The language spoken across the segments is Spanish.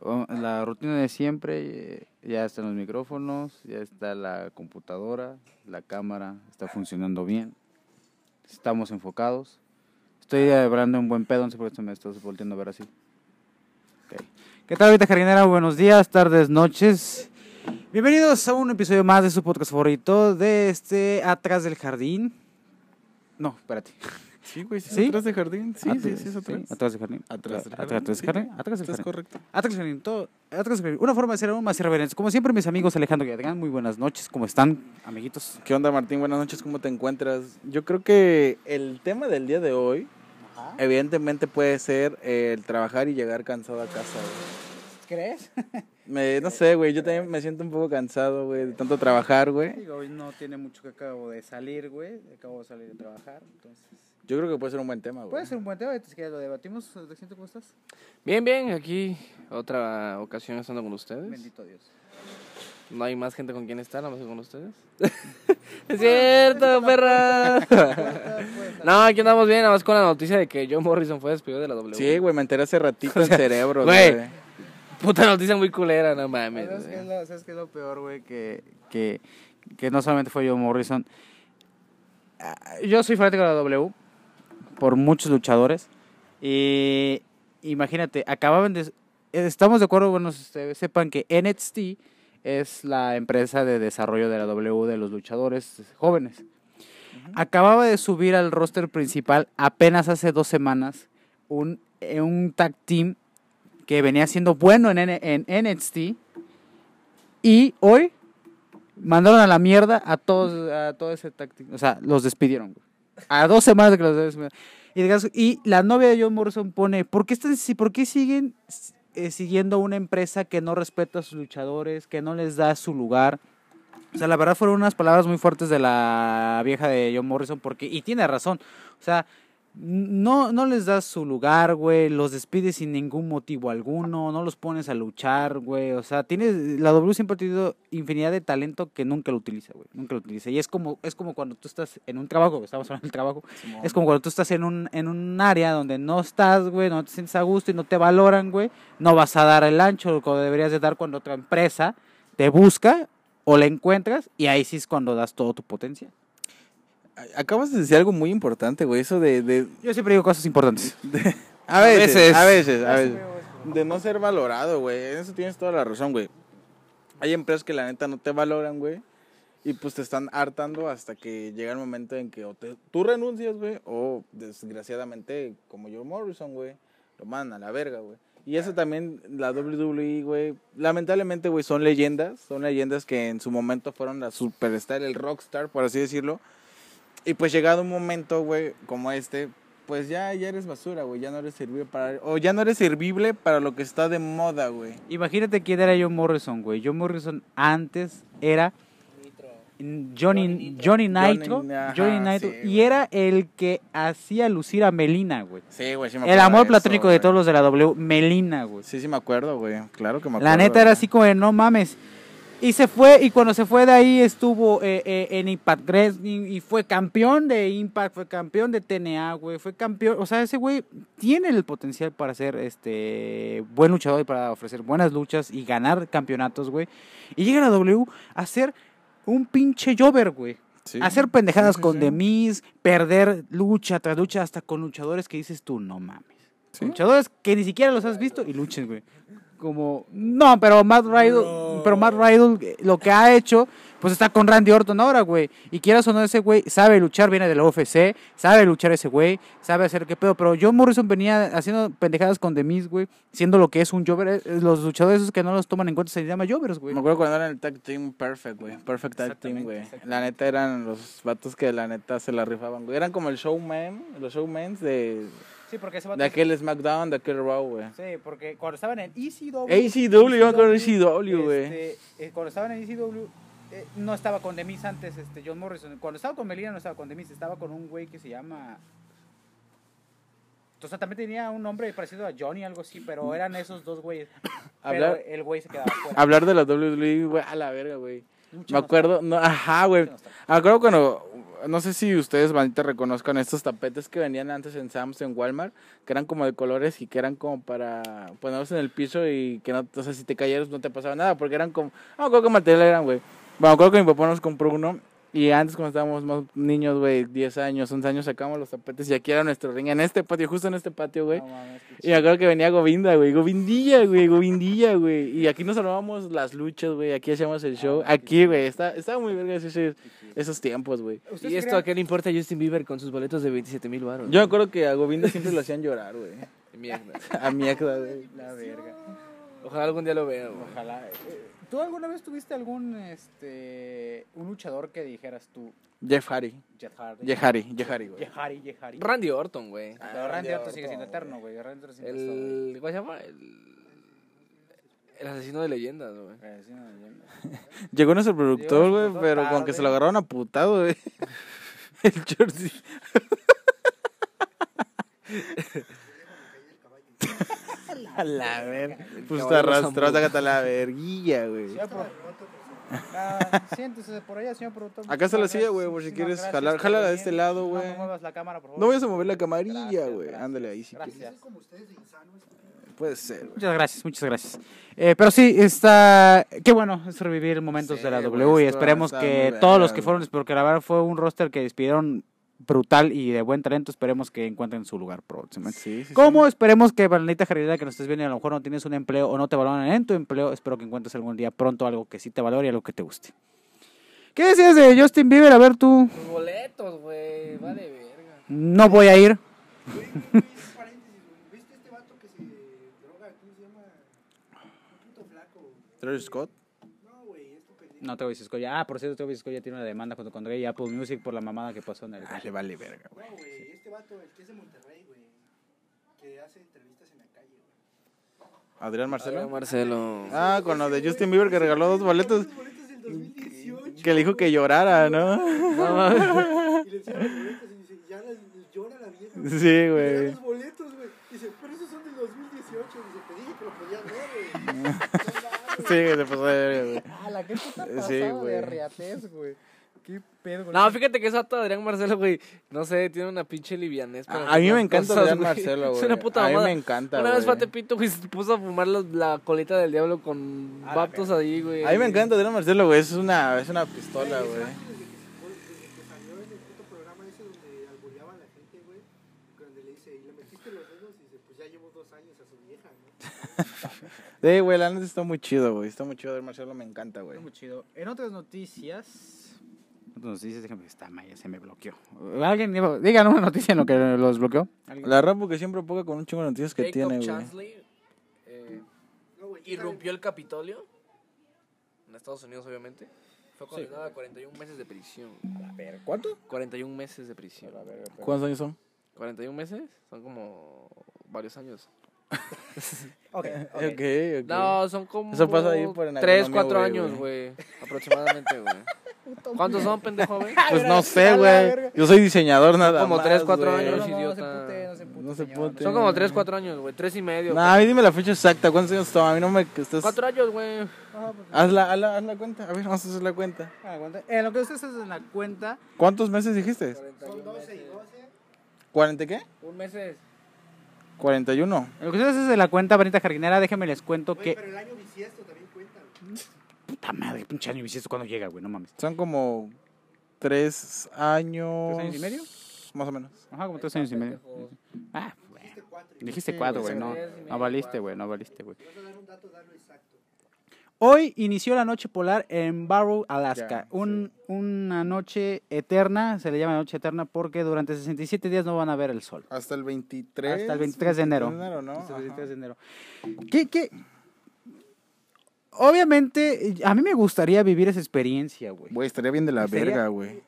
o- Oh, la rutina de siempre, eh, ya están los micrófonos, ya está la computadora, la cámara está funcionando bien, estamos enfocados. Estoy hablando en buen pedo, no sé por qué me estás volteando a ver así. Ok. ¿Qué tal, Vita Jardinera? Buenos días, tardes, noches. Bienvenidos a un episodio más de su podcast favorito de este Atrás del Jardín. No, espérate. Sí, güey, sí, es ¿Sí? atrás de jardín. Sí, sí, Atrás- sí, es atrás. Atrás del Jardín. Atrás Atrás del jardín, atrás sí. del Jardín. Atrás del Es Jardín. correcto. Atrás del Jardín, todo- atrás del Jardín. Una forma de ser aún más irreverentes. Como siempre, mis amigos Alejandro y Adrián, muy buenas noches. ¿Cómo están, amiguitos? ¿Qué onda, Martín? Buenas noches, ¿cómo te encuentras? Yo creo que el tema del día de hoy, evidentemente, puede ser eh, el trabajar y llegar cansado a casa, güey. ¿Crees? Me- no sé, güey, yo también me siento un poco cansado, güey, de tanto trabajar, güey. Digo, hoy no tiene mucho que acabo de salir, güey. Acabo de salir de trabajar, entonces... Yo creo que puede ser un buen tema, Puede güey. ser un buen tema, si quieres lo debatimos. Alexito, ¿Cómo estás? Bien, bien, aquí otra ocasión estando con ustedes. Bendito Dios. No hay más gente con quien estar, nada más que con ustedes. es cierto, perra. no, aquí andamos bien, nada más con la noticia de que John Morrison fue despedido de la W. Sí, güey, me enteré hace ratito en cerebro, güey. güey. Puta noticia muy culera, no mames. ¿Sabes qué, es güey. lo, sabes qué es lo peor, güey? Que, que, que no solamente fue John Morrison. Ah, Yo soy fanático de la W por muchos luchadores. Y imagínate, acababan de... Estamos de acuerdo, bueno, ustedes sepan que NXT es la empresa de desarrollo de la W de los luchadores jóvenes. Acababa de subir al roster principal apenas hace dos semanas un, eh, un tag team que venía siendo bueno en, N- en NXT y hoy mandaron a la mierda a todos a todo ese táctico. O sea, los despidieron. güey. A dos semanas de que los despidieron. Y, digas- y la novia de John Morrison pone, ¿por qué, están, si- por qué siguen eh, siguiendo una empresa que no respeta a sus luchadores, que no les da su lugar? O sea, la verdad fueron unas palabras muy fuertes de la vieja de John Morrison, porque, y tiene razón, o sea, no, no les das su lugar, güey, los despides sin ningún motivo alguno, no los pones a luchar, güey, o sea, tienes, la W siempre ha tenido infinidad de talento que nunca lo utiliza, güey, nunca lo utiliza, y es como, es como cuando tú estás en un trabajo, güey, estamos hablando del trabajo, Simón. es como cuando tú estás en un, en un área donde no estás, güey, no te sientes a gusto y no te valoran, güey, no vas a dar el ancho como deberías de dar cuando otra empresa te busca o la encuentras y ahí sí es cuando das todo tu potencia. A- Acabas de decir algo muy importante, güey, eso de... de- Yo siempre digo cosas importantes. A veces, veces. a veces, a veces. De no ser valorado, güey. En eso tienes toda la razón, güey. Hay empresas que la neta no te valoran, güey. Y pues te están hartando hasta que llega el momento en que o te- tú renuncias, güey, o desgraciadamente, como yo Morrison, güey, lo mandan a la verga, güey. Y eso también, la WWE, güey, lamentablemente, güey, son leyendas, son leyendas que en su momento fueron la superstar, el rockstar, por así decirlo. Y pues llegado un momento, güey, como este, pues ya, ya eres basura, güey, ya no eres servible para... O ya no eres servible para lo que está de moda, güey. Imagínate quién era John Morrison, güey. John Morrison antes era Johnny, Johnny, Nitro. Johnny- ajá, Johnny Nitro, sí, y güey. era el que hacía lucir a Melina, güey. Sí, güey, sí me El amor eso, platónico de güey. todos los de la W, Melina, güey. Sí, sí me acuerdo, güey. Claro que me acuerdo. La neta era güey. así como de no mames. Y se fue, y cuando se fue de ahí estuvo eh, eh, en Impact Wrestling y fue campeón de Impact, fue campeón de TNA, güey, fue campeón. O sea, ese güey tiene el potencial para ser este buen luchador y para ofrecer buenas luchas y ganar campeonatos, güey. Y llega a la W a ser un pinche Jover, güey. Sí. Hacer pendejadas Sí, sí, con sí. The Miz, perder lucha tras lucha hasta con luchadores que dices tú, no mames. Sí. Luchadores que ni siquiera los has visto y luchen, güey. Como, no, pero Matt Riddle, pero Matt Riddle eh, lo que ha hecho, pues está con Randy Orton ahora, güey. Y quieras o no, ese güey sabe luchar, viene de la UFC, sabe luchar ese güey, sabe hacer qué pedo. Pero John Morrison venía haciendo pendejadas con The Miz, güey, siendo lo que es un Jover. eh, Los luchadores esos que no los toman en cuenta se llama Jovers, güey. Me acuerdo cuando eran el Tag Team Perfect, güey. Perfect Tag Team, Exactamente, güey. exactamente. La neta eran los vatos que la neta se la rifaban, güey. Eran como el showman, los showmans de, Sí, porque ese de aquel SmackDown, de aquel Raw, güey. Sí, porque cuando estaban en ECW. ACW, yo me acuerdo de ECW, güey. este, eh, cuando estaban en ECW, eh, no estaba con Demis antes, este, John Morrison. Cuando estaba con Melina, no estaba con Demis, estaba con un güey que se llama. O sea, también tenía un nombre parecido a Johnny, algo así, pero eran esos dos güeyes. Pero Hablar- el güey se quedaba fuera. Hablar de la WWE, E, güey, a la verga, güey. Mucha Me Ah, acuerdo, no, ajá, güey. nostalgia. Me acuerdo cuando Ah, no sé si ustedes, bandita, reconozcan estos tapetes que venían antes en Sam's, en Walmart, que eran como de colores y que eran como para ponerlos en el piso y que no, o sea, si te cayeras no te pasaba nada, porque eran como, no me acuerdo qué material eran, güey. Bueno, me acuerdo que mi papá nos compró uno y antes cuando estábamos más niños, güey, 10 años, 11 años, sacamos los tapetes y aquí era nuestro ring, en este patio, justo en este patio, güey. Y me acuerdo que venía Govinda, güey. Govindilla, güey. Govindilla, güey. Y aquí nos armábamos las luchas, güey. Aquí hacíamos el show. Aquí, güey. Está, estaba muy verga ese- ese- esos tiempos, güey. ¿Y esto a qué le importa a Justin Bieber con sus boletos de 27 mil baros? Yo me acuerdo que a Govinda siempre lo hacían llorar, güey. Mierda. A mierda, güey. La verga. Ojalá algún día lo vea, güey. Ojalá. eh, ¿Tú alguna vez tuviste algún este un luchador que dijeras tú, Jeff Hardy. Jeff Hardy? Jeff Hardy, Jeff Hardy, güey. Jeff Hardy, Jeff Hardy. Randy Orton, güey. Pero Randy Orton sigue siendo eterno, güey. Randy Orton siempre está, Ah, güey. El. ¿Cómo se llama? El. El asesino de leyendas, güey. Eh, sí, no, yo- Llegó nuestro productor, Llegó güey, nuestro pero productor con que se lo tarde. agarraron a putado, güey. El jersey. A la verga. Pues te caballo arrastró zambudo. hasta la verguilla, güey. Señor productor. Ah, siéntese por allá, señor productor. Acá está la Muchísimas silla, güey, gracias, por si muchísimas quieres gracias jalar. por Jálala de venir. este lado, güey. No, no muevas la cámara, por favor. No vayas a mover la camarilla, Gracias, güey. gracias. Ándale, ahí sí. que Gracias. Puede ser, güey. Muchas gracias, muchas gracias. Eh, pero sí, está. Qué bueno es revivir momentos Sí, de la güey, W y esto esperemos está que muy todos los verga, que güey. fueron, porque la verdad fue un roster que despidieron brutal y de buen talento. Esperemos que encuentren su lugar próximamente. Sí, sí, ¿Cómo? Esperemos que, Valenita Jarrilera, que nos estés viendo y a lo mejor no tienes un empleo o no te valoran en tu empleo, espero que encuentres algún día pronto algo que sí te valore y algo que te guste. ¿Qué decías de Justin Bieber? A ver tú, Tus boletos, güey. Vale, verga. no voy a ir. ¿Viste este vato que se droga? ¿Cómo se llama? Un puto flaco. sí. Travis Scott. No, güey, es tu pendejo. No, Travis Scott ya. Ah, por cierto, Travis Scott ya tiene una demanda junto con Drake y Apple Music por la mamada que pasó en el... Ah, le vale verga, güey. No, güey, este vato, el que es de Monterrey, güey. Que hace entrevistas en la calle, güey. Adrián Marcelo. Marcelo. Marcelo. Ah, con lo de Justin Bieber que regaló dos boletos. Los boletos del 2018. Que le dijo que llorara, ¿no? No mames. Y le enseñan los boletos y dice, ya las, llora la vieja. güey. Sí, Y le dan güey. los boletos, güey. Dice, pero esos son del 2018. Dice, te dije que lo podías ver, güey. No mames. Sí, que se pasó de verga, güey. Ah, la que está pasada Sí, de güey. riatez, güey. Qué pedo. Ah, No, fíjate que es vato de Adrián Marcelo, güey. No sé, tiene una pinche livianez. para A a mí hacer me las encanta cosas, Adrián güey. Marcelo, güey. Es una puta A mí mamada. me encanta, Una vez güey. Fate Pito, güey, se puso a fumar los- la coleta del diablo con baptos ahí, güey. A mí me encanta Adrián Marcelo, güey. Es una, es una pistola, güey. Desde que salió en el puto programa ese donde albureaba a la gente, güey. Donde le dice, y le metiste los dedos. Y dice, pues ya llevo dos años a su vieja, ¿no? Sí, güey, la neta está muy chido, güey. Está muy chido Adrián Marcelo, me encanta, güey. Muy chido. En otras noticias. Otras noticias, déjame está Maya, se me bloqueó. Alguien, dijo- digan una noticia en lo que los bloqueó. ¿Alguien? La Rambo que siempre poca con un chingo de noticias que Jacob tiene, güey. Chansley eh, No, güey. irrumpió el Capitolio. En Estados Unidos, obviamente. Fue condenado a 41 meses de prisión. ¿Cuánto? 41 meses de prisión. ¿Cuántos años son? 41 meses son como varios años. Ok, Ok, ok. No, son como. Eso pasa ahí por en 3, agronomía, 4 güey, años, güey. Aproximadamente, güey. ¿Cuántos son, pendejo, güey? Pues no sé, güey. Yo soy diseñador nada Como más, tres, cuatro güey. años. no, no, no se idiota. pute, Eh, no se pute. No se señor. pute. Son como 3, 4 años, güey. 3 y medio. No, a mí dime la fecha exacta. ¿Cuántos años toma? A mí no me... que Estás... 4 años, güey. Haz la, haz, la, haz la cuenta. A ver, vamos a hacer la cuenta. Ah, aguanta. En lo que ustedes hacen la cuenta, ¿Cuántos meses dijiste? Son 12 y 12. ¿40 qué? Un meses. 41. en lo que ustedes hacen la cuenta, Benita Jardinera, déjenme les cuento Güey, que. pero el año bisiesto también cuenta, güey. Puta madre, pinche año bisiesto cuando llega, güey, no mames. Son como tres años... ¿Tres años y medio? Más o menos. Ajá, como tres años y medio. Ah, güey. Dijiste cuatro. y Dijiste Sí, cuatro, güey, güey, no. tres y medio, No valiste, güey, no valiste, güey. Vas a dar un dato, dalo exacto. Hoy inició la noche polar en Barrow, Alaska. Ya, Un- Una noche eterna, se le llama noche eterna porque durante 67 días no van a ver el sol. Hasta el 23. Hasta el 23 de enero. ¿no? Hasta Este el Ajá. 23 de enero. ¿Qué, qué? Obviamente, eh, a mí me gustaría vivir esa experiencia, güey. Güey, estaría bien de la Sería- verga, güey.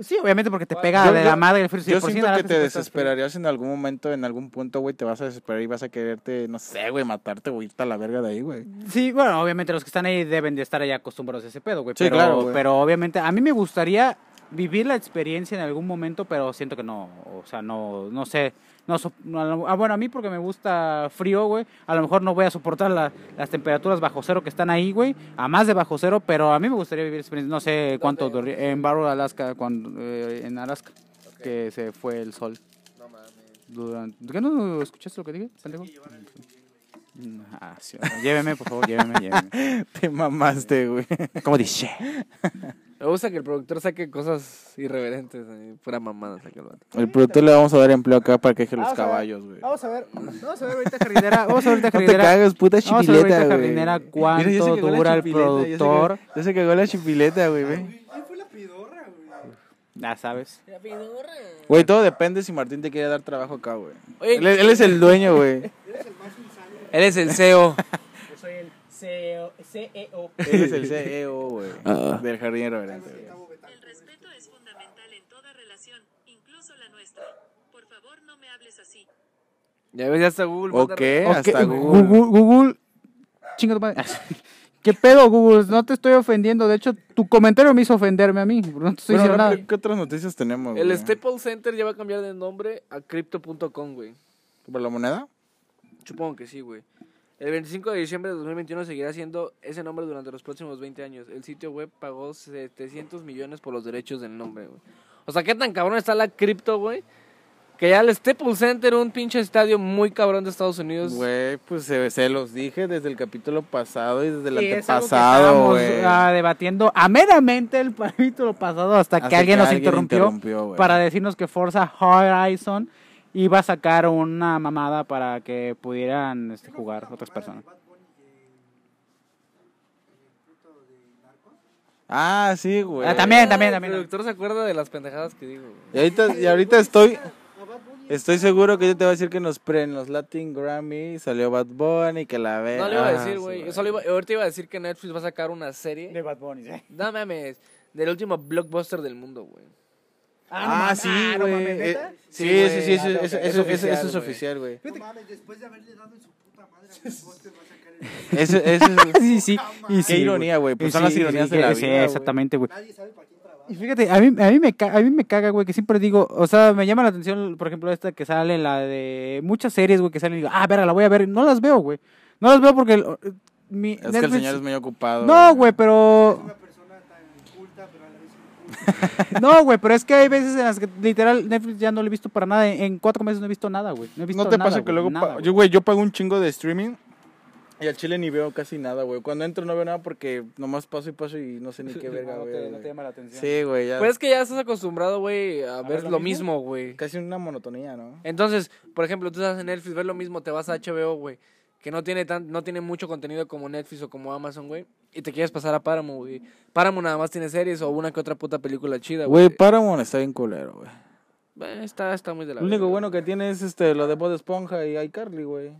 Sí, obviamente porque te pega Yo- de yo- la madre el frío. Si de Yo por sí en siento que Alaska te siempre estás frío. desesperarías en algún momento, en algún punto, güey. Te vas a desesperar y vas a quererte, no sé, güey, matarte o irte a la verga de ahí, güey. Sí, bueno, obviamente los que están ahí deben de estar allá acostumbrados a ese pedo, güey. Sí, pero, claro, güey. pero obviamente a mí me gustaría vivir la experiencia en algún momento, pero siento que no, o sea, no, no sé, No, so- a lo- ah, bueno, a mí porque me gusta frío, güey. A lo mejor no voy a soportar la- las temperaturas bajo cero que están ahí, güey. A más de bajo cero, pero a mí me gustaría vivir experiencias. No sé cuánto, dormí- en Barrow, Alaska, cuando, eh, en Alaska, que se fue el sol. No mames. Durante... ¿Qué no escuchaste lo que dije, pendejo? Ah, sí, lléveme, por favor, lléveme, lléveme. Te mamaste, güey. ¿Cómo dice? Me gusta que el productor saque cosas irreverentes, eh, pura mamada saque el vato. El productor le vamos a dar empleo acá para que deje los Vamos a ver, caballos, güey. Vamos a ver, vamos a ver ahorita Jardinera, vamos a ver ahorita No te jardinera. cagas, puta Vamos a ver ahorita chipileta, güey. jardinera Mira, ya se cuánto cagó la dura el chipileta, ya se cagó- productor. Ya se cagó la chipileta, güey, güey. ¿Quién fue la pidorra, güey? Ya sabes. Güey, todo depende si Martín te quiere dar trabajo acá, güey. Oye, Él, él es el dueño, güey. Eres el CEO. Yo soy el CEO. CEO. Él es el CEO, güey. Ah. Del jardín irreverente, güey. El respeto es fundamental en toda relación, incluso la nuestra. Por favor, no me hables así. ya ves, ya está Google. ¿O manda qué? Ok, Hasta Google. Google. Google, Chinga tu madre. ¿Qué pedo, Google? No te estoy ofendiendo. De hecho, tu comentario me hizo ofenderme a mí. No te estoy Bueno, diciendo nada. este- rápido, ¿Qué otras noticias tenemos, El güey? Staples Center ya va a cambiar de nombre a Crypto.com, güey. ¿Por la moneda? Supongo que sí, güey. El 25 de diciembre de 2021 seguirá siendo ese nombre durante los próximos 20 años. El sitio web pagó 700 millones por los derechos del nombre, güey. O sea, qué tan cabrón está la cripto, güey. Que ya el Staples Center, un pinche estadio muy cabrón de Estados Unidos. Güey, pues se, se los dije desde el capítulo pasado y desde el Y es algo que antepasado, estábamos, güey. ah, debatiendo amenamente el capítulo pasado hasta que Hasta alguien que nos alguien interrumpió, interrumpió, güey. para decirnos que Forza Horizon iba a sacar una mamada para que pudieran este, jugar otras personas. Ah, sí, güey. Ah, también, también, El también. productor se acuerda de las pendejadas que digo, güey. Y ahorita, y ahorita estoy. Estoy seguro que yo te voy a decir que nos pre, en los Latin Grammy salió Bad Bunny, que la ve. No le iba a Ah, decir, güey. sí, Yo solo iba- ahorita iba a decir que Netflix va a sacar una serie. Bad Bunny, ¿eh? No mames. Del último blockbuster del mundo, güey. Ah, sí, güey. Eh, sí, Sí, sí, güey. sí, sí, Ah, eso, ok. eso- Es eso- oficial, eso es güey. oficial, güey. No mames, después de haberle dado en su puta madre a los postes, va a sacar el... Eso, eso es- Sí, sí. y Qué sí, güey. ironía, güey. Pues Y son sí, las ironías sí, de la sí, vida, güey. exactamente, güey. Nadie sabe para quién trabaja. Y fíjate, a mí, a, mí me ca- a mí me caga, güey, que siempre digo, o sea, me llama la atención, por ejemplo, esta que sale, la de muchas series, güey, que salen y digo, ah, verga, la voy a ver, no las veo, güey. No las veo porque... el- mi Es que el Netflix- señor es muy ocupado. No, güey, pero... Una persona tan culta, pero a la vez inculta. No, güey, pero es que hay veces en las que literal Netflix ya no lo he visto para nada. En, en cuatro meses no he visto nada, güey. No, he visto No te nada, pasa que güey, luego. nada, pa- güey. yo, güey, yo pago un chingo de streaming. Y al chile ni veo casi nada, güey. Cuando entro no veo nada porque nomás paso y paso y no sé ni qué verga, No güey. te, no te llama la atención. sí, güey, ya. Pues es que ya estás acostumbrado, güey, a, ver lo mismo, güey. Casi una monotonía, ¿no? Entonces, por ejemplo, tú estás en Netflix, ves lo mismo, te vas a HBO, güey, que no tiene tan, no tiene mucho contenido como Netflix o como Amazon, güey, y te quieres pasar a Paramount, güey. Paramount nada más tiene series o una que otra puta película chida, Güey, güey. Paramount está bien culero, güey. Eh, está, está muy de la Lo único verga. bueno que tiene es este, lo de Bob Esponja y iCarly, güey.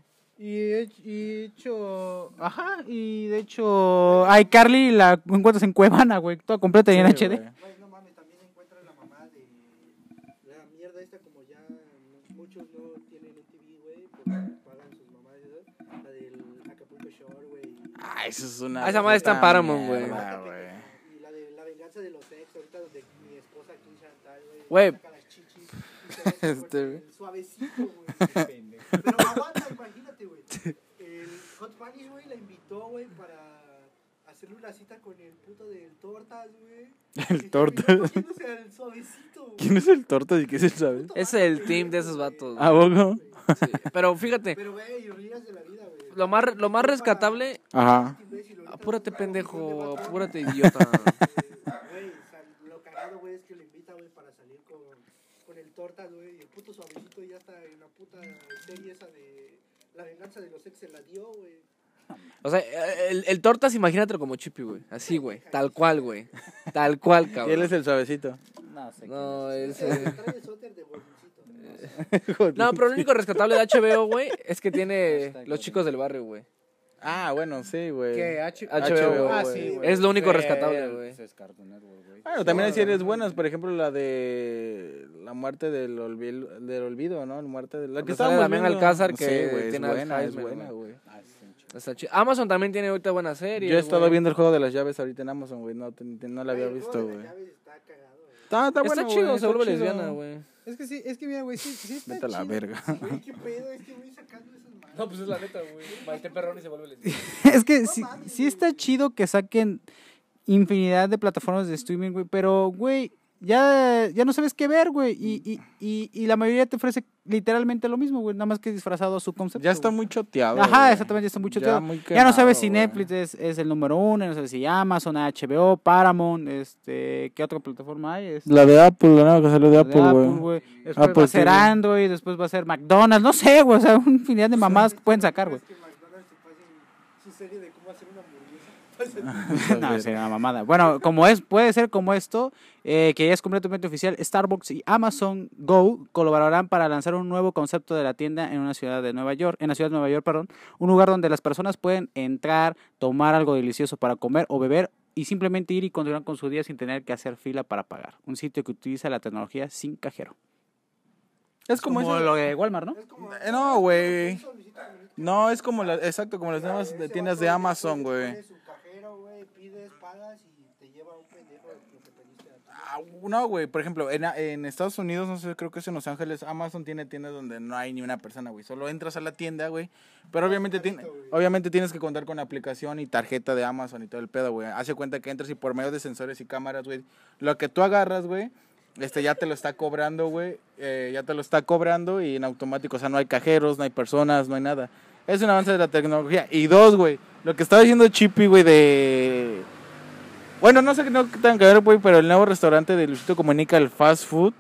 Y he- y he hecho... Ajá, y de hecho... Ay, Carly la encuentras en Cuevana, güey. Toda completa y en Sí, HD. güey. Güey, no mames, también encuentra la mamá de la mierda esta como ya no- muchos no tienen TV, güey, porque pagan sus mamás y eso, la del Acapulco Shore, güey. Ah, eso es una. Ah, esa madre está en Paramount, güey. mierda, güey. Y la de la venganza de los ex, ahorita donde mi esposa aquí Chantal, güey, Güey. saca las chichis y se ve Este, súper güey. suavecito, güey. Pero aguanta, imagínate, güey. El Hot Spanish, güey, la invitó, güey, para hacerle una cita con el puto del Tortas, güey. El Y Tortas. terminó cogiéndose al suavecito, güey. ¿Quién es el torta y qué se sabe? Es el team de esos vatos. ¿A poco? sí. Pero fíjate, Pero, güey, ironías de la vida, güey. lo más, re- lo más rescatable, Ajá. Imbécil, ahorita apúrate lo cagaron, pendejo, güey, de apúrate idiota. vato, Güey, o sea, lo cagado, güey, es que lo invita, güey, para salir con, con el torta, güey. Y el puto suavecito ya está en la puta serie esa de... La venganza de los ex se la dio, güey. O sea, el, el tortas, imagínatelo como Chippy, güey. Así, güey. Tal cual, güey. Tal cual, Y él cabrón. es el suavecito. No sé. No, es... Eh, Trae el suéter de gordincito. No, pero lo único rescatable de HBO, güey, es que tiene los chicos del barrio, güey. Ah, bueno, sí, güey. HBO, Ah, güey. sí, Es lo único rescatable, güey. Bueno, también hay series buenas, por ejemplo, la de la muerte del, olvi- del olvido, ¿no? La muerte del... La Donde que sale estábamos Damián viendo. Alcázar, que Sí, güey, es tiene buena, es Alzheimer, buena, güey. Está chi- Amazon también tiene ahorita buenas series. Yo he estado güey. viendo el juego de las llaves ahorita en Amazon, güey. No, te- te- no la había El juego visto, de las güey. llaves Está cagado, güey. Está, está Está buena, güey, chido, se está vuelve chido. lesbiana, güey. Es que sí, es que mira, güey, sí, sí está Vete a la chido. verga. Güey, qué pedo, este güey sacando esas madres. No, pues es la neta, güey. Maite Perrón y se vuelve lesbiana. Es que sí, sí está chido que saquen infinidad de plataformas de streaming, güey, pero, güey, ya, ya no sabes qué ver, güey, y, y, y, y la mayoría te ofrece literalmente lo mismo, güey, nada más que disfrazado a su concepto. Ya está muy choteado. Ajá, güey. exactamente, ya está muy Ya choteado. Ya, muy no sabes si quemado, Netflix es, es el número uno, no sabes si Amazon, HBO, Paramount, este, ¿qué otra plataforma hay? Este, La de Apple, la nueva que salió de la de Apple, Apple, güey. güey. Después Apple va a ser TV. Android, después va a ser McDonald's, no sé, güey, o sea, una infinidad de mamás que pueden sacar, güey. Es que McDonald's te pasa su serie de cómo hacer una hamburguesa. No, sería una mamada. Bueno, como es, puede ser como esto, eh, que ya es completamente oficial, Starbucks y Amazon Go colaborarán para lanzar un nuevo concepto de la tienda en una ciudad de Nueva York, en la ciudad de Nueva York, perdón, un lugar donde las personas pueden entrar, tomar algo delicioso para comer o beber y simplemente ir y continuar con su día sin tener que hacer fila para pagar. Un sitio que utiliza la tecnología sin cajero. Es como, esas- lo de Walmart, ¿no? Es como. Eh, no, güey. Solicita con el- No, es como la, exacto, como las nuevas Ese tiendas vato de ya Amazon, puedes güey. poner su cajero, güey, pides, pagas y te lleva un pendejo lo que pediste a tu- Ah, No, güey, por ejemplo, en, en Estados Unidos, no sé, creo que es en Los Ángeles, Amazon tiene tiendas donde no hay ni una persona, güey. Solo entras a la tienda, güey. Pero obviamente, tiene, carrito, güey. obviamente tienes que contar con aplicación y tarjeta de Amazon y todo el pedo, güey. Hace cuenta que entras y por medio de sensores y cámaras, güey, lo que tú agarras, güey, este ya te lo está cobrando, güey. eh, ya te lo está cobrando y en automático, o sea, no hay cajeros, no hay personas, no hay nada. Es un avance de la tecnología. Y dos, güey, lo que estaba diciendo Chippy, güey, de... Bueno, no sé qué no tengan que ver, güey, pero el nuevo restaurante de Luisito Comunica, el Fast Food,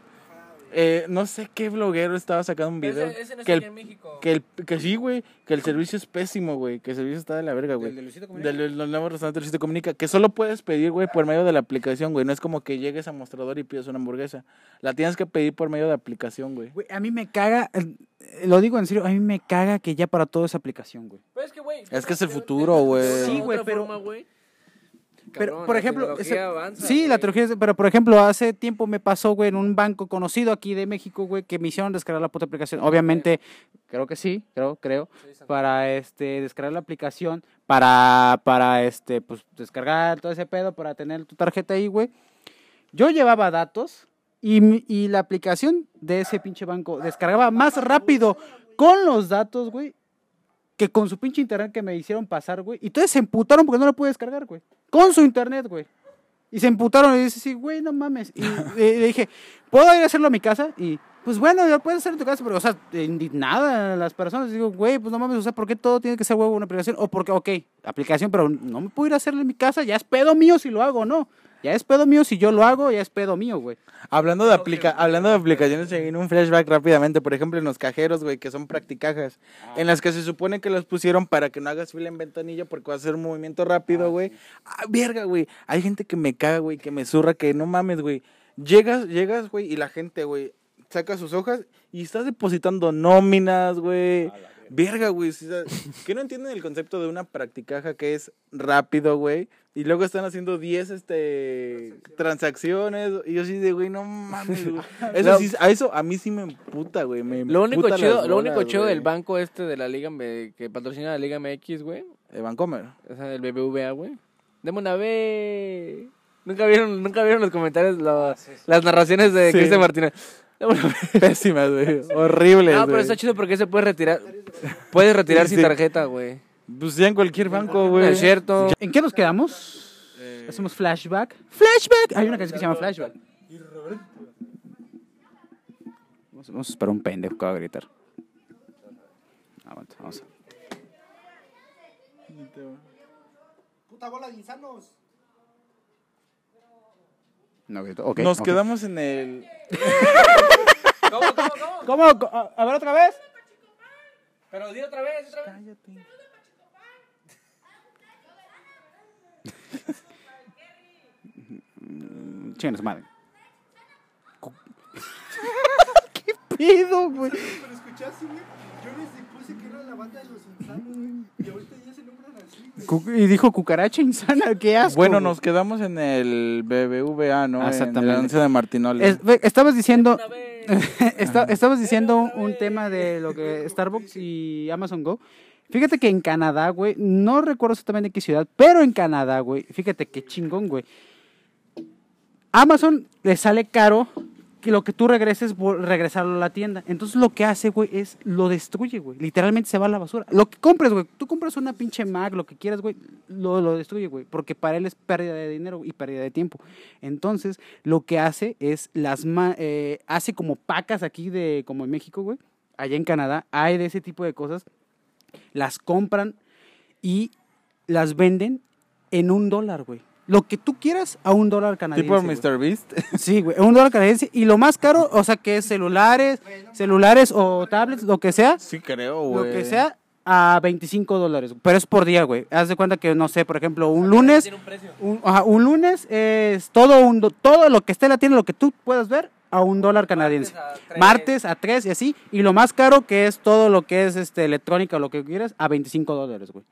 eh, no sé qué bloguero estaba sacando un video. Ese, ese no que, está aquí en el, México. que, el, que sí, güey, que el servicio es pésimo, güey, que el servicio está de la verga, güey. ¿Del de Luisito Comunica? Del del- del nuevo restaurante de Luisito Comunica, que solo puedes pedir, güey, por medio de la aplicación, güey. No es como que llegues a mostrador y pides una hamburguesa. La tienes que pedir por medio de aplicación, güey. Güey, a mí me caga, eh, lo digo en serio, a mí me caga que ya para todo es aplicación, güey. Pero es que, güey. Es que es el futuro, güey. Sí, güey, pero- Pero, por ejemplo, esa- sí, la tecnología tecnología, es- pero por ejemplo, hace tiempo me pasó, güey, en un banco conocido aquí de México, güey, que me hicieron descargar la puta aplicación. Obviamente, creo que sí, creo, creo, sí. para este descargar la aplicación, para, para este, pues descargar todo ese pedo, para tener tu tarjeta ahí, güey. Yo llevaba datos y, mi- y la aplicación de ese pinche banco descargaba más rápido con los datos, güey, que con su pinche internet que me hicieron pasar, güey. Y entonces se emputaron porque no la pude descargar, güey. Con su internet, güey. Y se emputaron y dice, sí, güey, no mames. Y le, le dije, ¿puedo ir a hacerlo a mi casa? Y, pues bueno, lo puedes hacer en tu casa, pero, o sea, indignada las personas. Digo, güey, pues no mames, o sea, ¿por qué todo tiene que ser huevo una aplicación? O porque, ok, aplicación, pero no me puedo ir a hacerlo en mi casa, ya es pedo mío si lo hago o no. Ya es pedo mío si yo lo hago, ya es pedo mío, güey. Hablando de, aplica hablando de aplicaciones, se viene un flashback rápidamente. Por ejemplo, en los cajeros, güey, que son practicajas. En las que se supone que los pusieron para que no hagas fila en ventanilla porque va a ser un movimiento rápido, güey. Ah, verga, güey. Hay gente que me caga, güey, que me zurra, que no mames, güey. Llegas, llegas, güey, y la gente, güey, saca sus hojas y estás depositando nóminas, güey. Verga, güey. sí, o sea, que no entienden el concepto de una practicaja que es rápido, güey. Y luego están haciendo 10 este, transacciones. Y yo sí de, güey, no mames, güey. Eso, Lo- sí, a eso a mí sí me emputa, güey. me Lo único emputa chido, las lo único bolas, chido güey. del banco este de la Liga M- que patrocina la Liga MX, güey, De Bancomer. o sea, del BBVA, güey. Deme una vez. Nunca vieron, nunca vieron los comentarios, la- las narraciones de Sí. Cristian Martínez. Deme una vez. Pésimas, güey. Horribles, No, pero güey. está chido porque se puede retirar. Puedes retirar Sí, sin sí. tarjeta, güey. Pues ya en cualquier banco, No güey. es cierto. ¿En qué nos quedamos? Hacemos flashback. ¡Flashback! Hay una canción que se llama Flashback. Vamos, vamos a esperar un pendejo que va a gritar. Aguanta, vamos. a- Puta bola de insanos. No gritó. ok, Nos ok. quedamos en el... ¿Cómo? A a ver otra vez. Pero di otra vez, otra vez. Chinga su madre. ¿Qué pedo, güey? Pero escuchaste, güey. Yo les puse que era la banda de los insanos, güey. Y ahorita ya se nombran así, güey. Cu- Y dijo cucaracha insana, qué asco. Bueno, güey. nos quedamos en el BBVA, ¿no? Ah, en el exactamente. anuncio de Martinoli. Es- ve, estabas diciendo. Una vez. Esta- estabas diciendo un, un tema de lo que Starbucks y Amazon Go. Fíjate que en Canadá, güey, no recuerdo exactamente en qué ciudad, pero en Canadá, güey, fíjate qué chingón, güey. Amazon le sale caro que lo que tú regreses, vol- regresarlo a la tienda. Entonces lo que hace, güey, es lo destruye, güey. Literalmente se va a la basura. Lo que compres, güey, tú compras una pinche Mac, lo que quieras, güey, lo, lo destruye, güey. Porque para él es pérdida de dinero y pérdida de tiempo. Entonces lo que hace es las... ma- eh, hace como pacas aquí de... como en México, güey. Allá en Canadá hay de ese tipo de cosas. Las compran y las venden en un dólar, güey. Lo que tú quieras a un dólar canadiense. Tipo güey. Mr. Beast. Sí, güey, un dólar canadiense. Y lo más caro, o sea, que es celulares, celulares o tablets, lo que sea, Sí, creo, lo güey. que sea, a 25 dólares. Pero es por día, güey. Haz de cuenta que, no sé, por ejemplo, un lunes, un, ajá, un lunes es todo, un, do- todo lo que esté en la tienda, lo que tú puedas ver, a un dólar canadiense. Martes a 3 y así. Y lo más caro, que es todo lo que es este, electrónica o lo que quieras, a 25 dólares, güey.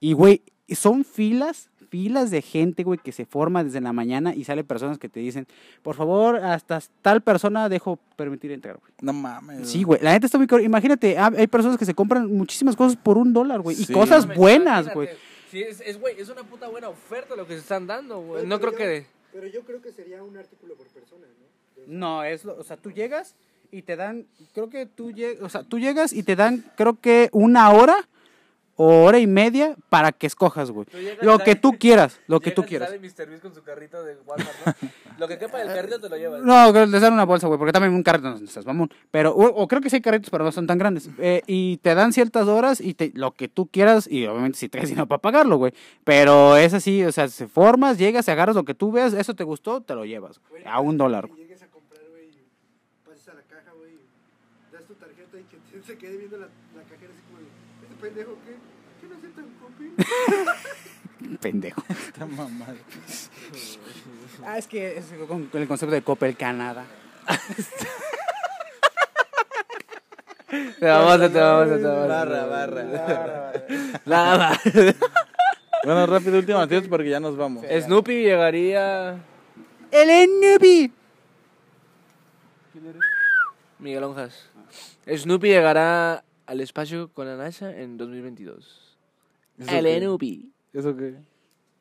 Y, güey, son filas, filas de gente, güey, que se forma desde la mañana y sale personas que te dicen, por favor, hasta tal persona dejo permitir entrar, güey. No mames. Sí, güey, la neta está muy caro. Imagínate, ha- hay personas que se compran muchísimas cosas por un dólar, güey. Y Sí. cosas Mames, buenas, imagínate. güey. Sí, es, es, güey, es una puta buena oferta lo que se están dando, güey. Güey, No creo pero yo- que... Pero yo creo que sería un artículo por persona, ¿no? De- No, es, lo- o sea, tú llegas y te dan, creo que tú llegas, o sea, tú llegas y te dan, creo que una hora o hora y media para que escojas, güey. Tú llegas y Lo sale- que tú quieras, lo que Llegas tú y quieras. Sale Mr. Beast con su carrito de Walmart, ¿no? Lo que quepa del carrito te lo llevas. No, creo que les dan una bolsa, güey, porque también un carrito no estás, mamón. Pero, o, o creo que sí hay carritos, pero no son tan grandes. Eh, y te dan ciertas horas y te, lo que tú quieras, y obviamente si traes dinero para pagarlo, güey. Pero es así, o sea, se formas, llegas, agarras lo que tú veas, eso te gustó, te lo llevas, güey, a un dólar. Que llegues a comprar, güey, y pases a la caja, güey, y das tu tarjeta y que te- se quede viendo la, la cajera así como, este pendejo, ¿qué? ¿Qué no acepta un compi? Pendejo. Esta mamada. Ah, es que es con, con el concepto de Coppel Canadá. Te vamos, te vamos, te Barra, barra. Nada. bueno, rápido, última noticia porque ya nos vamos. Snoopy llegaría... El Nubi. Miguel Onjas. Snoopy llegará al espacio con la NASA en 2022. El Snoopy. ¿Eso qué?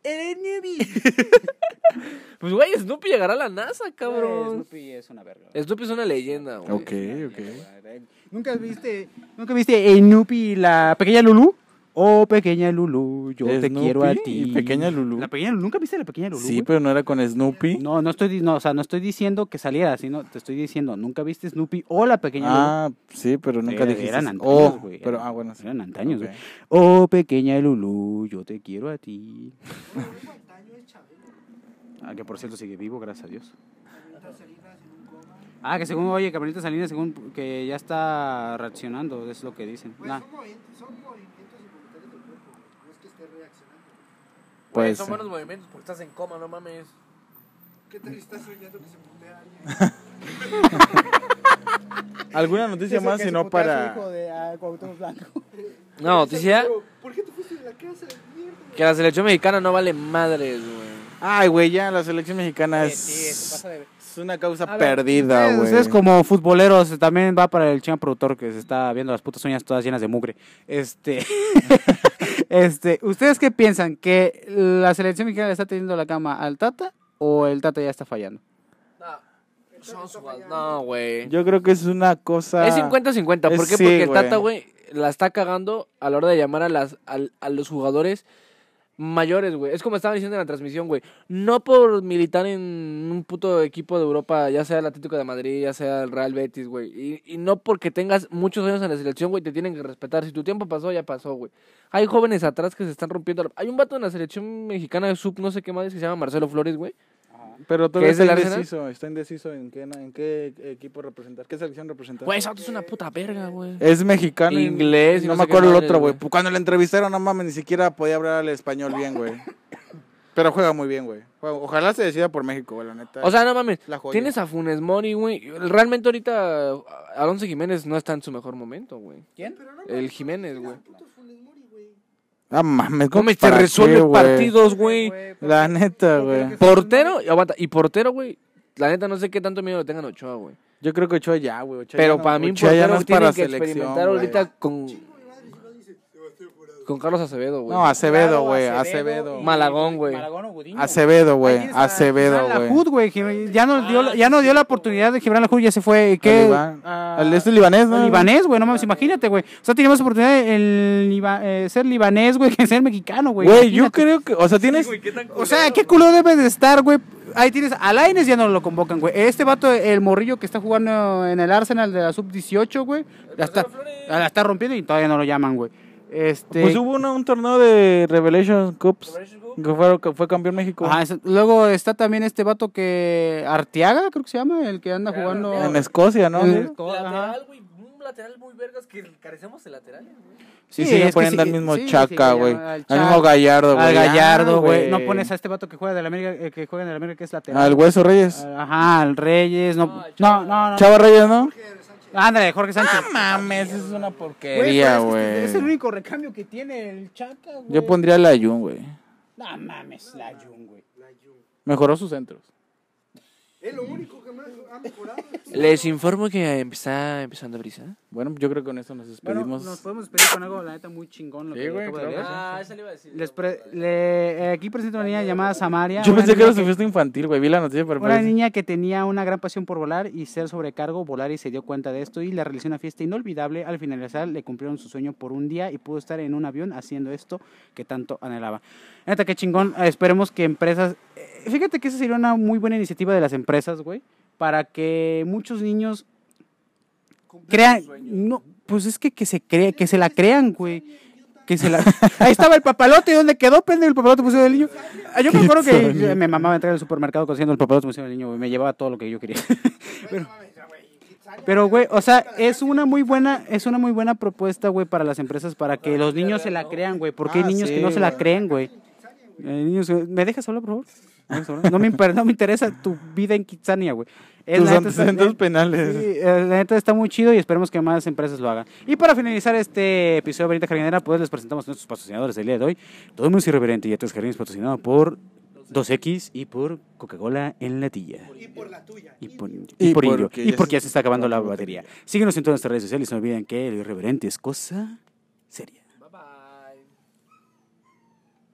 El Nubi. Pues, güey, Snoopy llegará a la NASA, cabrón. Snoopy es una verga. Snoopy. es una leyenda, güey. Ok, ok. ¿Nunca viste, nunca viste en Nupi la pequeña Lulu? Oh, pequeña Lulu, yo te Snoopy quiero a y ti. Pequeña Lulu. La pequeña Lulu, ¿nunca viste la pequeña Lulu? Sí, güey? pero no era con Snoopy. No, no estoy, di- no, o sea, no estoy diciendo que saliera, sino te estoy diciendo, nunca viste Snoopy o la pequeña Lulu. Ah, sí, pero nunca Era- dijiste. Eh, eran antaños, oh, güey, pero eran- ah, bueno, sí. eran antaños, Ok. güey. Oh, pequeña Lulu, yo te quiero a ti. Ah, que por cierto sigue vivo, gracias a Dios. Ah, que según, oye, Carmelita Salinas, según que ya está reaccionando, es lo que dicen. Ah. Nah. Pues son, movimientos, son movimientos involuntarios del cuerpo, güey, no es que esté reaccionando. Güey, güey. Pues, son eh. buenos movimientos porque estás en coma, no mames. ¿Qué tal estás soñando que se putea alguien? ¿Alguna noticia más? Si no, para. Hijo de ah, Cuauhtémoc Blanco. Una noticia Pero, ¿Por qué te fuiste de la casa? Mierda. que la selección mexicana no vale madres, güey. Ay, güey, ya la selección mexicana es. Es una causa perdida, güey. Ustedes como futboleros también va para el chino productor que se está viendo las putas uñas todas llenas de mugre. Este, este, ¿ustedes qué piensan? ¿Que la selección mexicana le está teniendo la cama al Tata o el Tata ya está fallando? Son su- No, güey. Yo creo que es una cosa. Es 50-50. ¿Por qué? es- sí, Porque el güey. Tata, güey, la está cagando a la hora de llamar a, las, al- a, los jugadores mayores, güey. Es como estaban diciendo en la transmisión, güey. No por militar en un puto equipo de Europa, ya sea el Atlético de Madrid, ya sea el Real Betis, güey. Y, y no porque tengas muchos años en la selección, güey, te tienen que respetar. Si tu tiempo pasó, ya pasó, güey. Hay jóvenes atrás que se están rompiendo. la- Hay un vato en la selección mexicana de sub, no sé qué más, que se llama Marcelo Flores, güey. Pero todavía es del está Arsenal? indeciso. Está indeciso en qué, en qué equipo representar. ¿Qué selección representar? Güey, ese vato es una puta verga, güey. Es mexicano. y- Pues, Inglés y No, no me sé qué acuerdo el madres, otro, güey. güey. Cuando le entrevistaron, no mames, ni siquiera podía hablar el español bien, güey. Pero juega muy bien, güey. Juega- Ojalá se decida por México, güey, la neta. O sea, no mames. la joya. Tienes a Funes Mori, güey. Realmente ahorita a- Alonso Jiménez no está en su mejor momento, güey. ¿Quién? El Jiménez, güey. Puto Funes Mori, güey. Ah, mames, ¿cómo te para qué, resuelve güey? partidos, güey. La neta, güey. Portero, y aguanta. Y portero, güey. La neta, no sé qué tanto miedo le tengan a Ochoa, güey. Yo creo que Ochoa ya, güey. Ochoa ya Pero no- para mí, un Ochoa ya portero no es tiene para que selección, experimentar güey. ahorita con. Mi madre si no dice, Sebastián Jurado. Con Carlos Acevedo, güey. No, Acevedo, Claro, güey, y- pues, Acevedo. Malagón, güey. Malagón o Gudiño. Acevedo, Ahí güey. tienes a- Acevedo, Gibran güey. Lahoud, güey. Gib- Ya nos dio, ya nos dio la oportunidad de Gibran Lahoud, ya se fue. ¿Y Al ¿Qué? Iván. Ah, Al este libanés, ¿no? El libanés, güey, no mames, imagínate, güey. O sea, teníamos oportunidad de el liba- eh, ser libanés, güey, que ser mexicano, güey. Güey, yo Imagínate. creo que. O sea, tienes. O sea, ¿qué culo debe de estar, güey? Ahí tienes, a Lainez ya no lo convocan, güey. Este vato, el morrillo que está jugando en el Arsenal de la Sub-18, güey, la está, la está rompiendo y todavía no lo llaman, güey. Este, Pues hubo una- un torneo de Revelation Cups. Que fue, que fue campeón México. ajá, es- luego está también este vato que, Arteaga, creo que se llama, el que anda jugando. En Escocia, ¿no? en- ajá. Lateral, güey. Un lateral muy vergas que carecemos de laterales, güey. Sí, Sí, siguen es que poniendo sí, al mismo sí, sí, Chaca, sí, güey. al al Chaca. mismo Gallardo, güey. Al Ah, Gallardo, güey. No pones a este vato que juega de la América, eh, que juega en el América que es lateral. Al Hueso Reyes. Ajá, al Ah, Reyes, no, no, no, no. Chava Reyes, Ah, ¿no? Ándale, Jorge Sánchez. mames, es una Güey, porquería, pero es que Es el güey. único recambio que tiene el Chaca, güey. Yo pondría al Ayun, güey. No mames, la Jun, güey. Mejoró sus centros. Es lo único que me ha ha mejorado. Les informo que está empezando a brisa. Bueno, yo creo que con eso nos Bueno, despedimos. nos podemos despedir con algo, la neta, muy chingón. Lo Sí, que güey, acabo de claro. leer. Ah, esa le iba a decir. Les pre- le- eh, aquí presento una niña llamada Samaria. Yo una pensé que era niña su fiesta infantil, güey. Vi la noticia, pero Una parece- niña que tenía una gran pasión por volar y ser sobrecargo, volar y se dio cuenta de esto y le realizó una fiesta inolvidable. Al finalizar le cumplieron su sueño por un día y pudo estar en un avión haciendo esto que tanto anhelaba. Neta, qué chingón. Eh, Esperemos que empresas... eh, Fíjate que esa sería una muy buena iniciativa de las empresas, güey, para que muchos niños crean... No, pues es que, que se crea, que se la crean, güey. Que se la... Ahí estaba el papalote, ¿dónde quedó? Prende el papalote museo del niño. Ah, Yo me acuerdo que mi mamá entrar al supermercado conociendo el papalote museo del niño, güey. Me llevaba todo lo que yo quería. Pero, güey, o sea, es una muy buena, es una muy buena propuesta, güey, para las empresas, para que los niños se la crean, güey. Porque Ah, hay niños sí, que no se la güey. creen, güey. Hay niños que- ¿Me dejas hablar, por favor? ¿Me dejas hablar? No me, imper- no me interesa tu vida en Kitsania, güey. Es tus la neta- antecedentes penales. Sí, eh, la neta está muy chido y esperemos que más empresas lo hagan. Y para finalizar este episodio de Benita Jardinera, pues les presentamos a nuestros patrocinadores del día de hoy. Todo muy irreverente y a tres jardines patrocinado por 2X y por Coca-Cola en la tilla. Y por la tuya. Y por, y Y por ello. porque Y ya porque se- ya se está acabando la batería. Síguenos en todas nuestras redes sociales. No olviden que lo irreverente es cosa seria.